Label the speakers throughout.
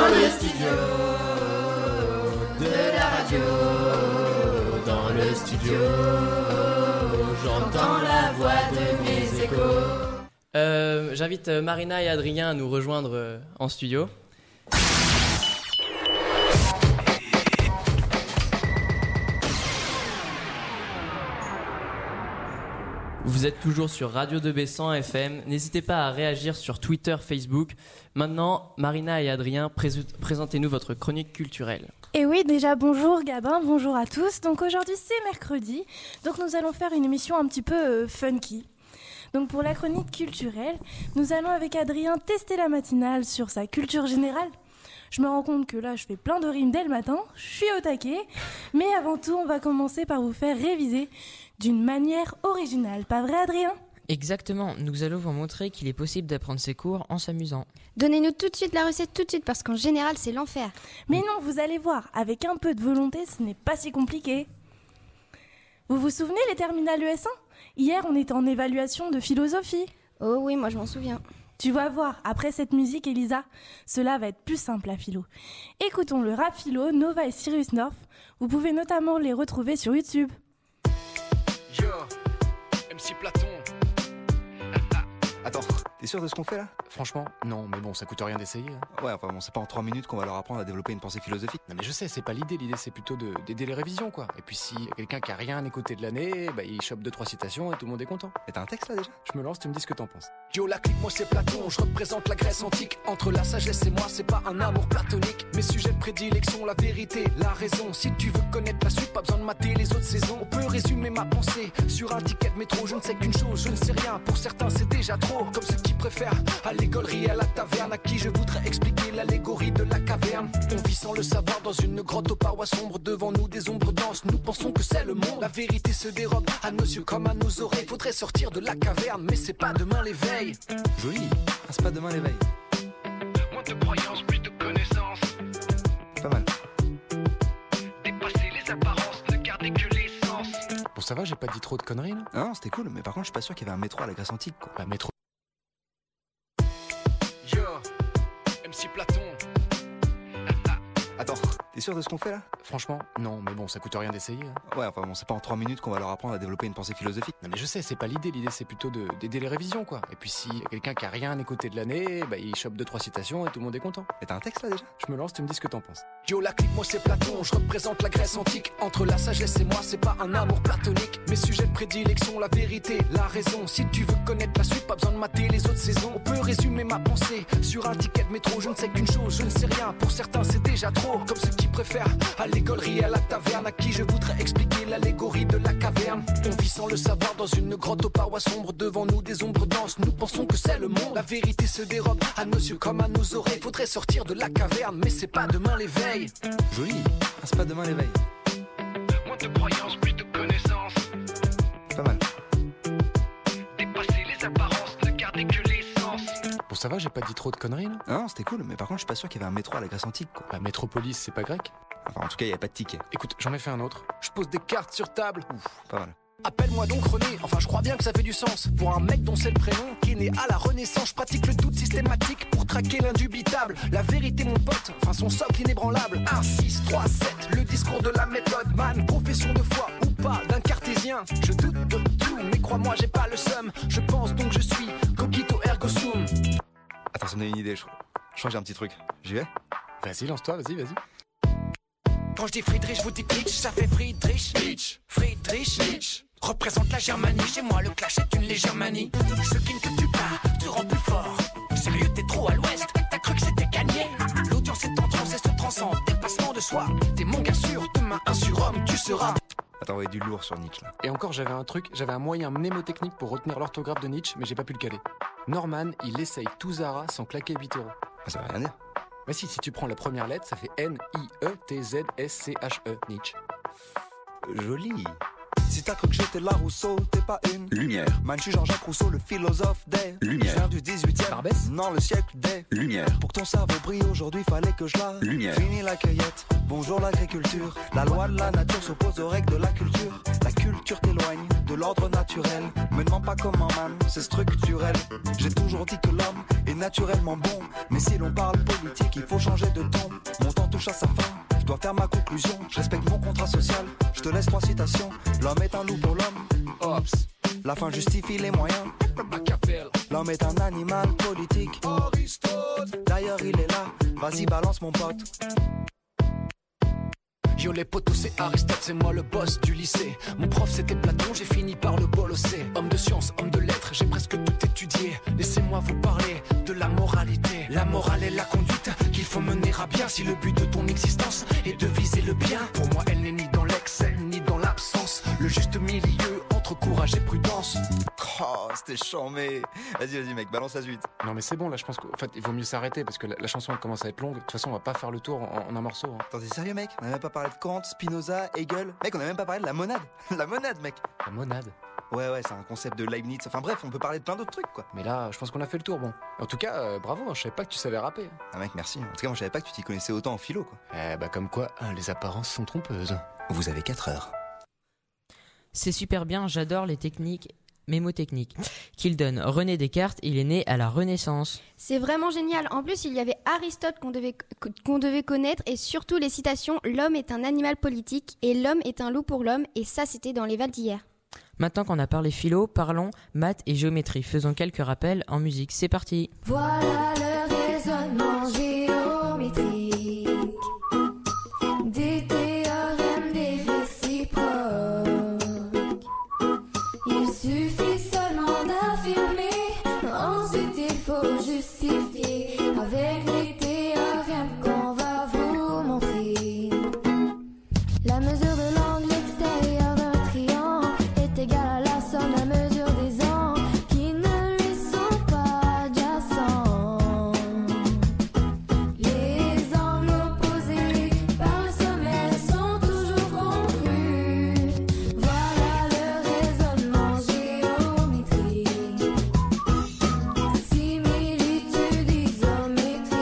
Speaker 1: radio, de la radio, dans le studio, j'entends la voix de mes échos.
Speaker 2: Euh, J'invite euh, Marina et Adrien à nous rejoindre euh, en studio. Vous êtes toujours sur Radio 2B100 FM. N'hésitez pas à réagir sur Twitter, Facebook. Maintenant, Marina et Adrien, présu- présentez-nous votre chronique culturelle.
Speaker 3: Et oui, déjà bonjour Gabin, bonjour à tous. Donc aujourd'hui c'est mercredi, donc nous allons faire une émission un petit peu euh, funky. Donc pour la chronique culturelle, nous allons avec Adrien tester la matinale sur sa culture générale. Je me rends compte que là je fais plein de rimes dès le matin, je suis au taquet, mais avant tout on va commencer par vous faire réviser d'une manière originale, pas vrai Adrien
Speaker 4: Exactement, nous allons vous montrer qu'il est possible d'apprendre ces cours en s'amusant.
Speaker 5: Donnez-nous tout de suite la recette, tout de suite, parce qu'en général, c'est l'enfer.
Speaker 3: Mais non, vous allez voir, avec un peu de volonté, ce n'est pas si compliqué. Vous vous souvenez les terminales ES1 Hier, on était en évaluation de philosophie.
Speaker 5: Oh oui, moi je m'en souviens.
Speaker 3: Tu vas voir, après cette musique, Elisa, cela va être plus simple à philo. Écoutons le rap philo, Nova et Cyrus North. Vous pouvez notamment les retrouver sur YouTube.
Speaker 6: Yo, MC Platon.
Speaker 7: Attends, t'es sûr de ce qu'on fait là
Speaker 6: Franchement, non, mais bon, ça coûte rien d'essayer. hein.
Speaker 7: Ouais, enfin bon, c'est pas en 3 minutes qu'on va leur apprendre à développer une pensée philosophique.
Speaker 6: Non mais je sais, c'est pas l'idée, l'idée c'est plutôt de- d'aider les révisions quoi. Et puis si y a quelqu'un qui a rien écouté de l'année, bah il chope deux trois citations et tout le monde est content.
Speaker 7: Mais t'as un texte là déjà
Speaker 6: Je me lance, tu me dis ce que t'en penses. Yo, la clique, moi c'est Platon, je représente la Grèce antique. Entre la sagesse et moi, c'est pas un amour platonique. Mes sujets de prédilection, la vérité, la raison. Si tu veux connaître la suite, pas besoin de mater les autres saisons. On peut résumer ma pensée sur un ticket de métro. Je ne sais qu'une chose, je ne sais rien. Pour certains, c'est déjà trop. Comme ceux qui préfèrent à l'égolerie, à la taverne, à qui je voudrais expliquer l'allégorie de la caverne. On vit sans le savoir dans une grotte aux parois sombres. Devant nous, des ombres denses. Nous pensons que c'est le monde. La vérité se dérobe à nos yeux comme à nos oreilles. Faudrait sortir de la caverne, mais c'est pas demain l'éveil.
Speaker 7: Joli Un spa Ah, demain l'éveil.
Speaker 6: Moins de croyances, plus de connaissances.
Speaker 7: Pas mal.
Speaker 6: Dépasser les apparences, ne garder que l'essence. Bon, ça va, j'ai pas dit trop de conneries là
Speaker 7: Non, c'était cool, mais par contre, je suis pas sûr qu'il y avait un métro à la Grèce antique quoi.
Speaker 6: Bah, métro. Yo, MC Platon.
Speaker 7: Attends, t'es sûr de ce qu'on fait là
Speaker 6: Franchement, non, mais bon, ça coûte rien d'essayer. hein.
Speaker 7: Ouais, enfin bon, c'est pas en 3 minutes qu'on va leur apprendre à développer une pensée philosophique.
Speaker 6: Non, mais je sais, c'est pas l'idée. L'idée, c'est plutôt de- d'aider les révisions, quoi. Et puis, si y a quelqu'un qui a rien écouté de l'année, bah, il chope deux, trois citations et tout le monde est content.
Speaker 7: Mais t'as un texte là déjà
Speaker 6: Je me lance, tu me dis ce que t'en penses. Yo, la clique, moi c'est Platon, je représente la Grèce antique. Entre la sagesse et moi, c'est pas un amour platonique. Mes sujets de prédilection, la vérité, la raison. Si tu veux connaître la suite, pas besoin de mater les autres saisons. On peut résumer ma pensée sur un ticket de métro. Je ne sais qu'une chose, je ne sais rien. Pour certains, c'est déjà trop. Comme ceux qui préfèrent à l'égolerie, à la taverne, à qui je voudrais expliquer l'allégorie de la caverne. On vit sans le savoir dans une grotte aux parois sombres. Devant nous, des ombres denses. Nous pensons que c'est le monde. La vérité se dérobe à nos yeux comme à nos oreilles. Faudrait sortir de la caverne, mais c'est pas demain l'éveil.
Speaker 7: Joli Un spa Ah, demain l'éveil.
Speaker 6: Moins de croyances, plus de connaissances.
Speaker 7: Pas mal.
Speaker 6: Dépasser les apparences, ne garder que l'essence. Bon, ça va, j'ai pas dit trop de conneries là
Speaker 7: Non, c'était cool, mais par contre, je suis pas sûr qu'il y avait un métro à la Grèce antique quoi.
Speaker 6: Bah, Métropolis, c'est pas grec
Speaker 7: Enfin, en tout cas, il y avait pas de ticket.
Speaker 6: Écoute, j'en ai fait un autre. Je pose des cartes sur table.
Speaker 7: Pas mal.
Speaker 6: Appelle-moi donc René, enfin je crois bien que ça fait du sens Pour un mec dont c'est le prénom, qui est né à la renaissance Je pratique le doute systématique pour traquer l'indubitable La vérité mon pote, enfin son socle inébranlable 1, 6, 3, 7, le discours de la méthode Man, profession de foi ou pas d'un cartésien Je doute de tout, mais crois-moi j'ai pas le seum Je pense donc je suis coquito ergo sum
Speaker 7: Attends, ça me donne une idée, je crois. Je crois que j'ai un petit truc. J'y vais
Speaker 6: Vas-y lance-toi, vas-y, vas-y
Speaker 8: Quand je dis Friedrich, vous dites Nietzsche, ça fait Friedrich Nietzsche. Friedrich Nietzsche représente la Germanie. Chez moi, le clash est une légère manie. Ce qui ne te tue pas te rend plus fort. Sérieux, t'es trop à l'ouest, t'as cru que c'était gagné. L'audience est en transe et se transcende. Dépassement de soi, t'es mon gars sûr. Demain, un surhomme, tu seras.
Speaker 7: Attends, ouais, du lourd sur Nietzsche là.
Speaker 6: Et encore, j'avais un truc, j'avais un moyen mnémotechnique pour retenir l'orthographe de Nietzsche, mais j'ai pas pu le caler. Norman, il essaye tout Zara sans claquer 8 euros.
Speaker 7: Ah, ça veut rien dire.
Speaker 6: Bah si, si tu prends la première lettre, E ça fait N-I-E-T-Z-S-C-H-E, Nietzsche.
Speaker 7: Joli
Speaker 9: Si t'as cru que j'étais là, Rousseau, t'es pas une.
Speaker 10: Lumière,
Speaker 9: Man, je suis Jean-Jacques Rousseau, le philosophe des.
Speaker 10: Lumière.
Speaker 9: Je viens du 18e.
Speaker 11: Barbès
Speaker 9: Non, le siècle des.
Speaker 10: lumière,
Speaker 9: Pour que ton cerveau brille aujourd'hui, fallait que je la
Speaker 10: Lumière.
Speaker 9: Fini la cueillette, bonjour l'agriculture. La loi de la nature s'oppose aux règles de la culture. La culture t'éloigne de l'ordre naturel. Me demande pas comment, man, c'est structurel. J'ai toujours dit que l'homme est naturellement bon. Mais si l'on parle politique, il faut changer de ton. Mon temps touche à sa fin, je dois faire ma conclusion. Je respecte mon contrat social, je te laisse trois citations. L'homme est un loup pour l'homme. Ops. La fin justifie les moyens. L'homme est un animal politique. D'ailleurs, il est là. Vas-y, balance mon pote.
Speaker 11: Yo les potos c'est Aristote, c'est moi le boss du lycée Mon prof c'était Platon, j'ai fini par le bolosser Homme de science, homme de lettres, j'ai presque tout étudié Laissez-moi vous parler de la moralité La morale est la conduite qu'il faut mener à bien Si le but de ton existence est de viser le bien Pour moi elle n'est ni dans l'excès, ni dans l'absence Le juste milieu entre courage et prudence
Speaker 7: Oh, c'était chambé. Vas-y, vas-y, mec, balance la suite.
Speaker 6: Non mais c'est bon là je pense qu'en fait il vaut mieux s'arrêter parce que la, la chanson elle commence à être longue. De toute façon on va pas faire le tour en, en un morceau. hein.
Speaker 7: Attends, t'es sérieux, mec On a même pas parlé de Kant, Spinoza, Hegel. Mec, on a même pas parlé de la monade. la monade, mec.
Speaker 6: La monade.
Speaker 7: Ouais, ouais, c'est un concept de Leibniz. Enfin bref, on peut parler de plein d'autres trucs, quoi.
Speaker 6: Mais là je pense qu'on a fait le tour bon. En tout cas euh, bravo, hein, je savais pas que tu savais rapper.
Speaker 7: Ah, mec, merci. En tout cas, moi, je savais pas que tu t'y connaissais autant en philo, quoi.
Speaker 6: Eh bah comme quoi hein, les apparences sont trompeuses.
Speaker 7: Vous avez 4 heures.
Speaker 4: C'est super bien, j'adore les techniques mémotechniques qu'il donne. René Descartes, il est né à la Renaissance.
Speaker 5: C'est vraiment génial. En plus, il y avait Aristote qu'on devait, qu'on devait connaître et surtout les citations L'homme est un animal politique et l'homme est un loup pour l'homme. Et ça, c'était dans les Vals d'hier.
Speaker 4: Maintenant qu'on a parlé philo, parlons maths et géométrie. Faisons quelques rappels en musique. C'est parti
Speaker 1: Voilà le raisonnement géométrique des théorèmes des réciproques. Il suffit seulement d'affirmer, ensuite il faut justifier avec les théorèmes qu'on va vous montrer. La mesure de l'angle extérieur d'un triangle est égale à la somme de la mesure des angles qui ne lui sont pas adjacents. Les angles opposés par le sommet sont toujours conclus. Voilà le raisonnement géométrique. Similitude isométrique.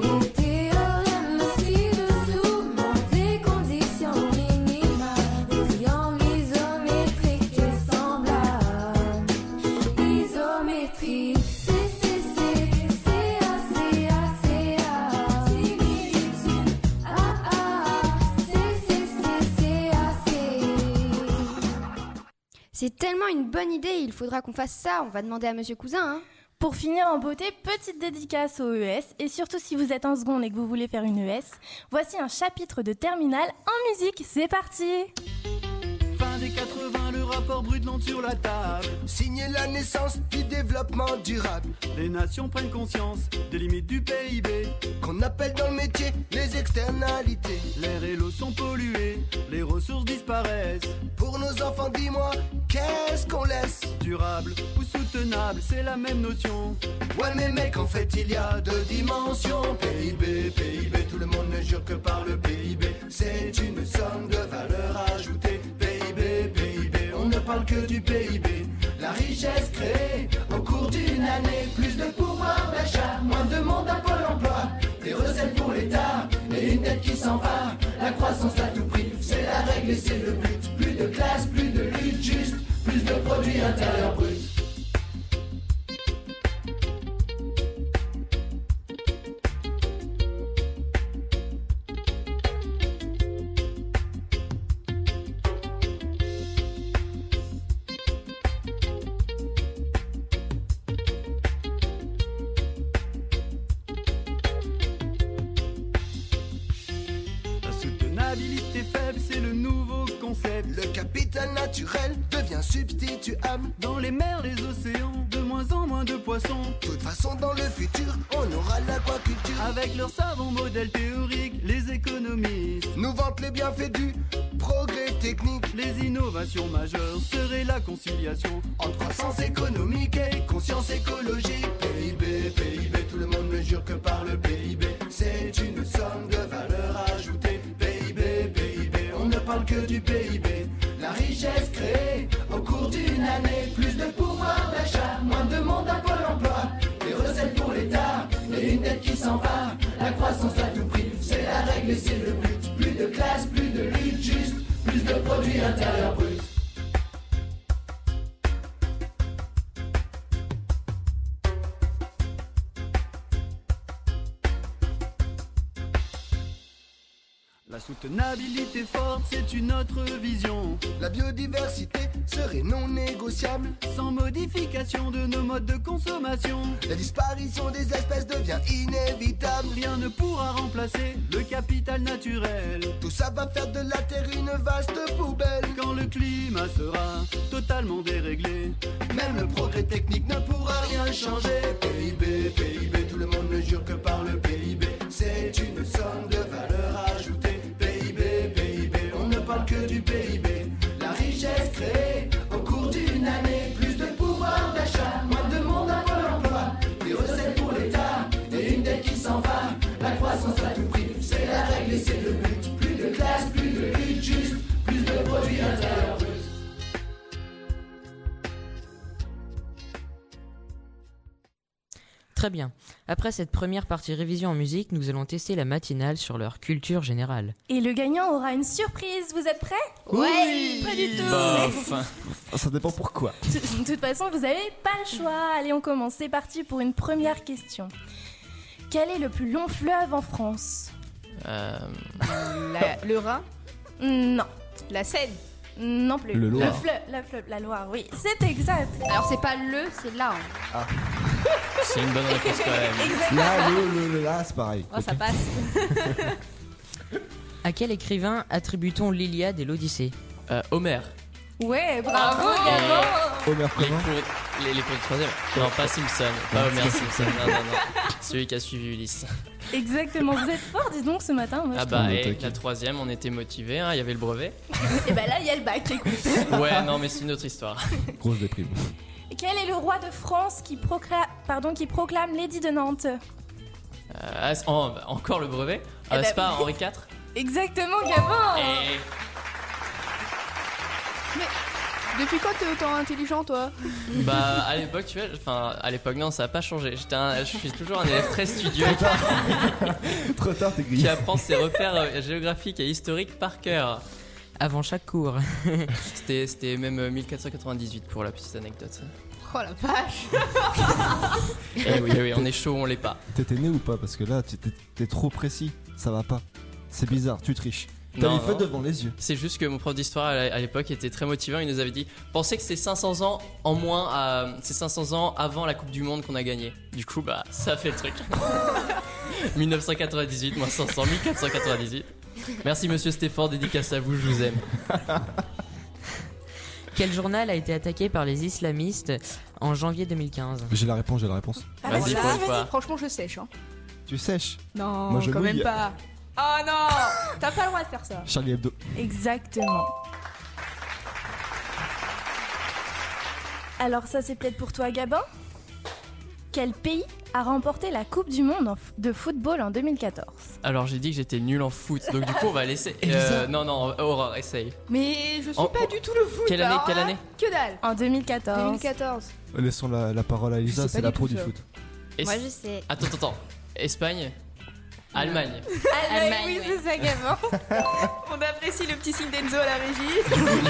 Speaker 1: Les théorèmes ci-dessous montrent les conditions minimales des triangles isométriques et semblables. Isométrique, C, C, C, C, A, C, A, C, A. Similitude, A, A, C, C, C, C, A, C.
Speaker 5: C'est tellement une bonne idée. Il faudra qu'on fasse ça. On va demander à Monsieur Cousin. hein.
Speaker 3: Pour finir en beauté, petite dédicace au ES et surtout si vous êtes en seconde et que vous voulez faire une ES, voici un chapitre de terminale en musique. C'est parti
Speaker 9: Fin des 80, le rapport brut lente sur la table. Signer la naissance du développement durable.
Speaker 1: Les nations prennent conscience des limites du PIB.
Speaker 9: Qu'on appelle dans le métier les externalités.
Speaker 1: L'air et l'eau sont pollués, les ressources disparaissent.
Speaker 9: Pour nos enfants, dis-moi, qu'est-ce qu'on laisse
Speaker 1: Durable ou soutenable, c'est la même notion.
Speaker 9: Ouais, mais mec, en fait, il y a deux dimensions. PIB, PIB, tout le monde ne jure que par le PIB. C'est une somme de valeur ajoutée. PIB, PIB, on ne parle que du PIB. La richesse créée au cours d'une année. Plus de pouvoir d'achat, moins de monde à Pôle emploi. Des recettes pour l'État et une dette qui s'en va. La croissance à tout prix, c'est la règle et c'est le but. Plus de classe, plus de lutte, juste plus de produits intérieurs bruts.
Speaker 1: La soutenabilité faible, c'est le nouveau concept.
Speaker 9: Le capital naturel devient substituable.
Speaker 1: Dans les mers, les océans, de moins en moins de poissons.
Speaker 9: De toute façon, dans le futur, on aura l'aquaculture.
Speaker 1: Avec leur savant modèle théorique, les économistes,
Speaker 9: Nous vante les bienfaits du progrès technique.
Speaker 1: les innovations majeures seraient la conciliation.
Speaker 9: Entre croissance économique et conscience écologique. PIB, PIB, tout le monde ne jure que par le PIB. C'est une somme de valeur ajoutée. PIB, PIB, on ne
Speaker 12: parle que du PIB. La richesse créée au cours d'une année, plus de pouvoir d'achat, moins de monde à Pôle emploi, des recettes pour l'État et une dette qui s'en va. La croissance à tout prix, c'est la règle et c'est le but. Plus de classe, plus de lutte, juste plus de produits intérieurs bruts.
Speaker 9: La soutenabilité forte, c'est une autre vision. La biodiversité serait non négociable. Sans modification de nos modes de consommation. La disparition des espèces devient inévitable. Rien ne pourra remplacer le capital naturel. Tout ça va faire de la terre une vaste poubelle. Quand le climat sera totalement déréglé, même le progrès technique ne pourra rien changer. PIB, PIB, tout le monde ne jure que par le PIB. C'est une somme de valeur ajoutée. PIB, PIB, on ne parle que du PIB.
Speaker 12: La richesse créée au cours d'une année, plus de pouvoir d'achat, moins de monde à Pôle emploi, des recettes pour l'État et une dette qui s'en va. La croissance à tout prix, c'est la règle et c'est le but. Plus de classe, plus de lutte, juste plus de produits intérieurs. bruts.
Speaker 4: Très bien. Après cette première partie révision en musique, nous allons tester la matinale sur leur culture générale.
Speaker 3: Et le gagnant aura une surprise, vous êtes prêts
Speaker 4: Oui.
Speaker 3: Pas du tout
Speaker 9: Bah,
Speaker 13: Bah,
Speaker 14: Oh, Ça dépend pourquoi.
Speaker 3: De toute façon, vous n'avez pas le choix. Allez, on commence. C'est parti pour une première question. Quel est le plus long fleuve en France
Speaker 2: Euh,
Speaker 13: La- le Rhin
Speaker 3: Non.
Speaker 13: La Seine
Speaker 3: Non plus.
Speaker 14: Le Loir.
Speaker 3: fleuve, la, fleuve, la Loire, oui. C'est exact.
Speaker 5: Alors, c'est pas le, c'est là.
Speaker 14: C'est une bonne
Speaker 3: réponse quand même. Exactement.
Speaker 14: Oh Là, le, le- là, c'est pareil.
Speaker 13: ça passe.
Speaker 4: À quel écrivain attribue-t-on l'Iliade et l'Odyssée
Speaker 2: Homère.
Speaker 3: Ouais, bravo,
Speaker 2: Et-
Speaker 3: Gabon
Speaker 14: Homer
Speaker 2: les cours, les, les cours de troisième. Non, pas Simpson. Pas Homer Simpson. Non, non, non. Celui qui a suivi Ulysse.
Speaker 3: Exactement, vous êtes fort, dis donc, ce matin. moi, je
Speaker 2: Ah
Speaker 3: trouve.
Speaker 2: bah, et la troisième, on était motivés. hein, Il y avait le brevet.
Speaker 3: Et bah là, il y a le bac, écoute.
Speaker 2: Ouais, non, mais c'est une autre histoire.
Speaker 14: Grosse déprime.
Speaker 3: Quel est le roi de France qui, procla- Pardon, qui proclame Lady de Nantes
Speaker 2: Euh, ah, c'est- oh, bah, encore le brevet
Speaker 3: Eh
Speaker 2: Ah, C'est
Speaker 3: ben,
Speaker 2: pas
Speaker 3: oui. Oh.
Speaker 2: Henri IV
Speaker 3: Exactement, Gabon
Speaker 2: Et-
Speaker 13: Depuis quand t'es autant intelligent, toi
Speaker 2: Bah à l'époque tu vois, enfin à l'époque non ça a pas changé. J'étais un- je suis toujours un élève très studieux.
Speaker 14: Trop tard, t'es grillé.
Speaker 2: qui apprend ses repères euh, géographiques et historiques par cœur.
Speaker 4: Avant chaque cours.
Speaker 2: C'était c'était même euh, 1498 pour la petite anecdote.
Speaker 13: Oh la vache
Speaker 2: Eh oui, eh oui, on est chaud, on l'est pas.
Speaker 14: T'étais né ou pas Parce que là, tu- t'es t'es trop précis. Ça va pas. C'est bizarre, tu triches. T'as
Speaker 2: Non,
Speaker 14: les
Speaker 2: non.
Speaker 14: feux devant les yeux.
Speaker 2: C'est juste que mon prof d'histoire à la- à l'époque était très motivant. Il nous avait dit pensez que c'est 500 ans en moins, à- c'est 500 ans avant la Coupe du Monde qu'on a gagné. Du coup, bah ça fait le truc. 1998 moins 500, 1498. Merci Monsieur Stéphane, dédicace à vous, je vous aime.
Speaker 4: Quel journal a été attaqué par les islamistes en janvier 2015
Speaker 14: J'ai la réponse, j'ai la réponse.
Speaker 5: Ah,
Speaker 13: Vas-y,
Speaker 4: pour une fois.
Speaker 13: Franchement, je sèche. Hein.
Speaker 14: Tu sèches
Speaker 13: Non,
Speaker 14: Moi, je
Speaker 13: quand
Speaker 14: mouille.
Speaker 13: même pas. Oh non T'as pas le droit de faire ça.
Speaker 14: Charlie Hebdo.
Speaker 3: Exactement. Alors ça c'est peut-être pour toi Gabin Quel pays a remporté la Coupe du Monde en f- de football en 2014
Speaker 2: Alors j'ai dit que j'étais nul en foot, donc du coup on va laisser. Euh, non, non, Aurore, essaye.
Speaker 13: Mais je suis
Speaker 2: En-
Speaker 13: pas du tout le foot.
Speaker 2: Quelle année,
Speaker 13: alors,
Speaker 2: quelle
Speaker 13: hein.
Speaker 2: année
Speaker 13: Que dalle
Speaker 3: En 2014.
Speaker 13: 2014.
Speaker 14: Laissons la, la parole à Elisa,
Speaker 13: sais pas
Speaker 14: c'est la
Speaker 13: du
Speaker 14: pro
Speaker 13: tout,
Speaker 14: du
Speaker 13: ça.
Speaker 14: foot.
Speaker 5: Moi, je sais.
Speaker 2: Attends, attends, attends. Espagne
Speaker 5: Ah.
Speaker 2: Allemagne.
Speaker 13: Allemagne, oui, c'est ça, Gabin. On apprécie le petit signe d'Enzo à la régie.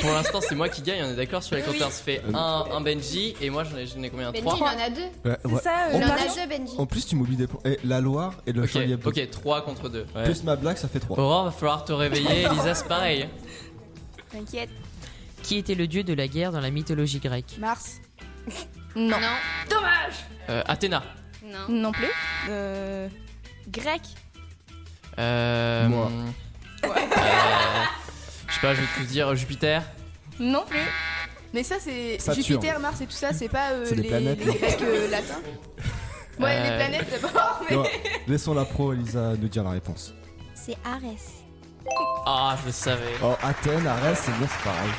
Speaker 2: Pour l'instant, c'est moi qui gagne, on est d'accord sur les
Speaker 5: Oui.
Speaker 2: compteurs. Ça fait
Speaker 14: Euh,
Speaker 2: un, un Benji et moi j'en ai, j'en ai combien
Speaker 5: Benji, il
Speaker 2: Trois
Speaker 5: en a deux.
Speaker 14: Ouais,
Speaker 5: C'est
Speaker 14: ouais.
Speaker 5: ça, euh,
Speaker 14: En
Speaker 5: le
Speaker 14: plus-
Speaker 5: nage, Benji.
Speaker 14: En plus, tu m'oublies des points. Eh, la Loire et le Charlie Hebdo.
Speaker 2: Ok, 3 contre 2.
Speaker 14: Plus ma blague, ça fait 3.
Speaker 2: Aurore, va falloir te réveiller. Elisa, c'est pareil.
Speaker 13: T'inquiète.
Speaker 4: Qui était le dieu de la guerre dans la mythologie grecque
Speaker 13: Mars.
Speaker 3: Non.
Speaker 13: Dommage
Speaker 2: Euh, Athéna.
Speaker 5: Non.
Speaker 3: Non plus.
Speaker 13: Euh. Grec.
Speaker 2: Euh, hum, euh, je sais pas, je vais tout dire Jupiter.
Speaker 3: Non plus.
Speaker 13: Mais ça, c'est
Speaker 2: Saturne.
Speaker 13: Jupiter, Mars et tout ça, c'est pas euh,
Speaker 14: C'est des
Speaker 13: les,
Speaker 14: planètes,
Speaker 13: les
Speaker 14: non
Speaker 13: Grecs euh, latins. Ouais, les
Speaker 14: Euh,
Speaker 13: planètes d'abord, mais.
Speaker 14: Ouais, Laissons la pro, Elisa, nous dire la réponse.
Speaker 5: C'est Arès.
Speaker 2: Ah, je le savais.
Speaker 14: Oh, Athènes, Arès, c'est bien, c'est pareil.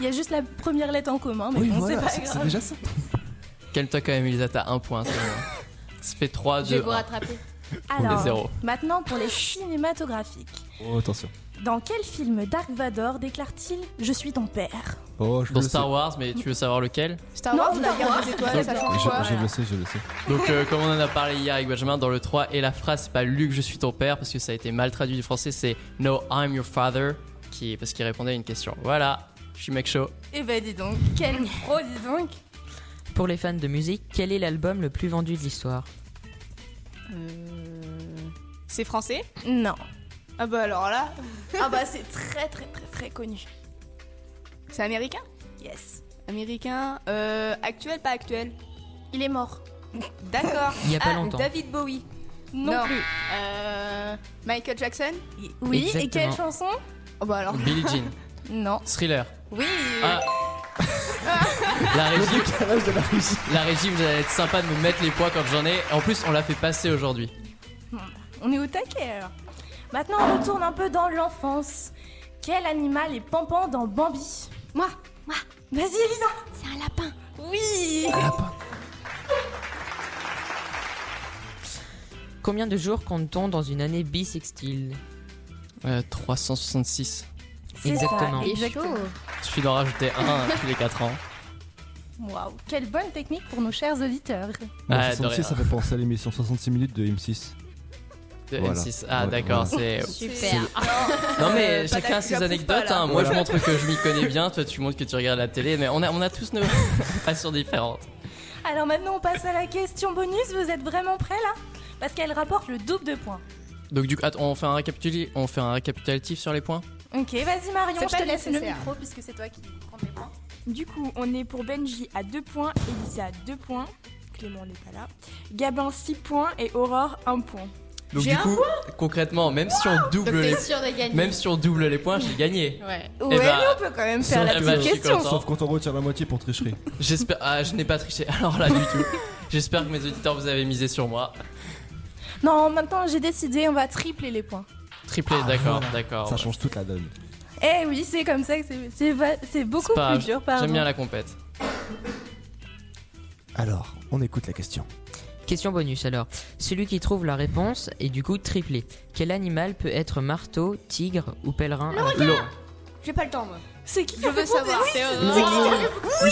Speaker 3: Il y a juste la première lettre en commun, mais
Speaker 14: Oui,
Speaker 3: bon,
Speaker 14: voilà,
Speaker 3: c'est
Speaker 14: c'est-
Speaker 3: pas
Speaker 14: c'est
Speaker 3: grave.
Speaker 14: déjà ça.
Speaker 2: Calme-toi quand même, Elisa, t'as un point. c'est bon. Ça fait 3, 2, 1.
Speaker 3: Alors,
Speaker 2: zéro.
Speaker 3: maintenant pour les cinématographiques.
Speaker 14: Oh, attention.
Speaker 3: Dans quel film Dark Vador déclare-t-il Je suis ton père
Speaker 14: Oh, je
Speaker 2: Dans
Speaker 14: le
Speaker 2: Star Wars, mais tu veux savoir lequel
Speaker 13: Star Wars, Ah, la guerre des étoiles, ça change
Speaker 14: je,
Speaker 13: quoi
Speaker 14: je le sais, je le sais.
Speaker 2: Donc, euh, comme on en a parlé hier avec Benjamin, dans le 3, et la phrase, c'est pas Luc, je suis ton père, parce que ça a été mal traduit du français, c'est No, I'm your father, qui, parce qu'il répondait à une question. Voilà, je suis mec chaud.
Speaker 3: Eh ben dis donc, quel pro
Speaker 13: Oh,
Speaker 3: dis donc
Speaker 4: Pour les fans de musique, quel est l'album le plus vendu de l'histoire
Speaker 13: C'est français
Speaker 3: Non.
Speaker 13: Ah bah alors là.
Speaker 3: Ah bah c'est très très très très connu.
Speaker 13: C'est américain
Speaker 3: Yes.
Speaker 13: Américain. Euh, actuel, pas actuel
Speaker 3: Il est mort.
Speaker 13: D'accord.
Speaker 4: Il y a pas
Speaker 13: Ah,
Speaker 4: longtemps.
Speaker 13: David Bowie.
Speaker 3: Non plus.
Speaker 13: Euh, Michael Jackson
Speaker 3: Oui, et quelle
Speaker 4: Exactement.
Speaker 3: chanson
Speaker 13: Oh bah alors.
Speaker 2: Billie Jean.
Speaker 3: Non.
Speaker 2: Thriller.
Speaker 13: Oui.
Speaker 2: Ah. La régie, la régie. vous allez être sympa de me mettre les poids quand j'en ai. En plus, on l'a fait passer aujourd'hui.
Speaker 3: On est au taquet alors. Maintenant on retourne un peu dans l'enfance. Quel animal est pampant dans Bambi
Speaker 5: Moi, moi.
Speaker 3: Vas-y Elisa
Speaker 5: C'est un lapin.
Speaker 3: Oui
Speaker 4: Combien de jours compte-t-on dans une année bisextile
Speaker 2: Euh, 366.
Speaker 4: C'est Exactement. ça,
Speaker 3: exactement.
Speaker 2: Il suffit d'en rajouter un tous les 4 ans.
Speaker 3: Waouh, quelle bonne technique pour nos chers auditeurs.
Speaker 14: Non,
Speaker 2: Ah,
Speaker 14: 66,
Speaker 2: de
Speaker 14: ça
Speaker 2: rien. Ah,
Speaker 14: fait penser à l'émission 66 minutes de M6.
Speaker 2: De
Speaker 14: Voilà.
Speaker 2: M6. Ah,
Speaker 14: Ouais,
Speaker 2: d'accord,
Speaker 14: voilà.
Speaker 2: c'est.
Speaker 13: Super.
Speaker 2: c'est- Non, mais
Speaker 13: Euh,
Speaker 2: chacun
Speaker 13: pas
Speaker 2: a ses
Speaker 13: d'ac-
Speaker 2: anecdotes.
Speaker 13: j'approuve pas,
Speaker 2: hein.
Speaker 13: là.
Speaker 2: Moi, je
Speaker 13: Voilà.
Speaker 2: montre que je m'y connais bien. Toi, tu montres que tu regardes la télé. Mais on a, on a tous nos passions différentes.
Speaker 3: Alors maintenant on passe à la question bonus, vous êtes vraiment prêts là Parce qu'elle rapporte le double de points.
Speaker 2: Donc, du coup, attends, on fait un, récapituli- on fait un récapitulatif sur les points
Speaker 3: Ok, vas-y Marion,
Speaker 13: C'est
Speaker 3: je te
Speaker 13: pas
Speaker 3: laisse le
Speaker 13: nécessaire.
Speaker 3: micro puisque c'est toi qui prends les points.
Speaker 15: Du coup, on est pour Benji à 2 points, Elisa à 2 points, Clément n'est pas là, Gabin 6 points et Aurore 1 point.
Speaker 2: Donc,
Speaker 15: J'ai
Speaker 2: du
Speaker 15: un
Speaker 2: coup, concrètement, même si on double
Speaker 15: Donc, t'es
Speaker 2: les
Speaker 15: sûr de gagner.
Speaker 2: Même si on double les points, j'ai gagné.
Speaker 13: Ouais.
Speaker 2: Eh
Speaker 15: Ouais,
Speaker 2: bah,
Speaker 15: mais on peut quand même faire la
Speaker 2: eh
Speaker 15: petite
Speaker 2: bah, je suis
Speaker 15: question.
Speaker 2: content.
Speaker 14: Sauf quand on retire la moitié pour tricherie.
Speaker 2: J'espère. Ah, je n'ai pas triché. Alors là, du tout. J'espère que mes auditeurs vous avez misé sur moi.
Speaker 3: Non, maintenant j'ai décidé, on va tripler les points.
Speaker 2: Triplé, d'accord,
Speaker 14: Ah, voilà.
Speaker 2: d'accord.
Speaker 14: Ça change toute la donne.
Speaker 3: Eh oui, c'est comme ça que c'est- c'est va- c'est beaucoup
Speaker 2: Pas-
Speaker 3: plus dur, pardon.
Speaker 2: J'aime bien la compète.
Speaker 4: Alors, on écoute la question. Question bonus alors. Celui qui trouve la réponse est du coup triplé. Quel animal peut être marteau, tigre ou pèlerin à la-
Speaker 13: requin J'ai pas le temps, moi.
Speaker 3: C'est qui
Speaker 13: Je veux savoir.
Speaker 15: Oui, c'est-
Speaker 13: Aurore.
Speaker 15: c'est qui qui a
Speaker 13: Oui,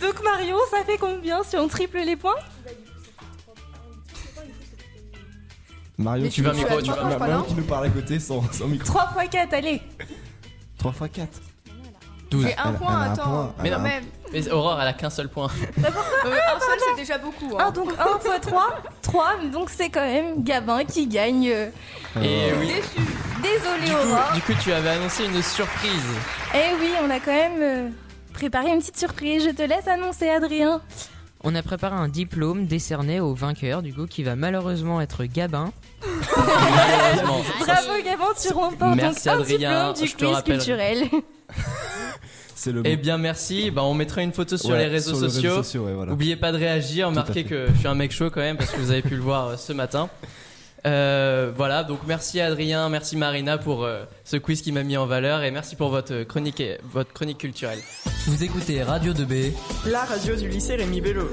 Speaker 3: Donc Marion, ça fait combien si on triple les points
Speaker 14: Mario,
Speaker 3: Mais
Speaker 14: qui
Speaker 3: tu
Speaker 14: nous-
Speaker 3: vas micro, tu vas-
Speaker 14: Ma- Mario
Speaker 3: Non.
Speaker 14: qui nous parle à côté sans, sans micro.
Speaker 3: 3 x 4, allez
Speaker 14: 3 x 4.
Speaker 2: Douze.
Speaker 13: Mais un point, attends.
Speaker 2: Mais non,
Speaker 13: Quand même.
Speaker 2: Mais Aurore, elle a qu'un seul point.
Speaker 13: Euh, un seul, c'est déjà beaucoup.
Speaker 3: Ah, donc 1 x 3, 3, donc c'est quand même Gabin qui gagne. euh,
Speaker 2: Et oui.
Speaker 3: Désolé Aurore.
Speaker 2: Du coup, tu avais annoncé une surprise.
Speaker 3: Eh oui, on a quand même euh, préparé une petite surprise, je te laisse annoncer Adrien.
Speaker 4: On a préparé un diplôme décerné au vainqueur du coup qui va malheureusement être Gabin.
Speaker 2: Malheureusement.
Speaker 3: Bravo Gabin, tu remportes
Speaker 2: Ah, Merci,
Speaker 3: donc un
Speaker 2: Adrien,
Speaker 3: diplôme du
Speaker 2: je te
Speaker 3: quiz
Speaker 2: rappelle.
Speaker 3: culturel.
Speaker 14: C'est le
Speaker 2: Eh bien, merci. Bah, on mettra une photo sur
Speaker 14: Ouais,
Speaker 2: les réseaux
Speaker 14: sur les réseaux
Speaker 2: sociaux.
Speaker 14: sociaux, ouais, voilà.
Speaker 2: Oubliez pas de réagir.
Speaker 14: Tout à
Speaker 2: Marquez
Speaker 14: fait.
Speaker 2: que je suis un mec chaud quand même parce que vous avez pu le voir euh, ce matin. Euh, voilà, donc merci à Adrien, merci Marina pour euh, ce quiz qui m'a mis en valeur et merci pour votre euh, chronique, et- votre chronique culturelle. Vous écoutez Radio 2B.
Speaker 16: La radio du lycée Rémi Bello.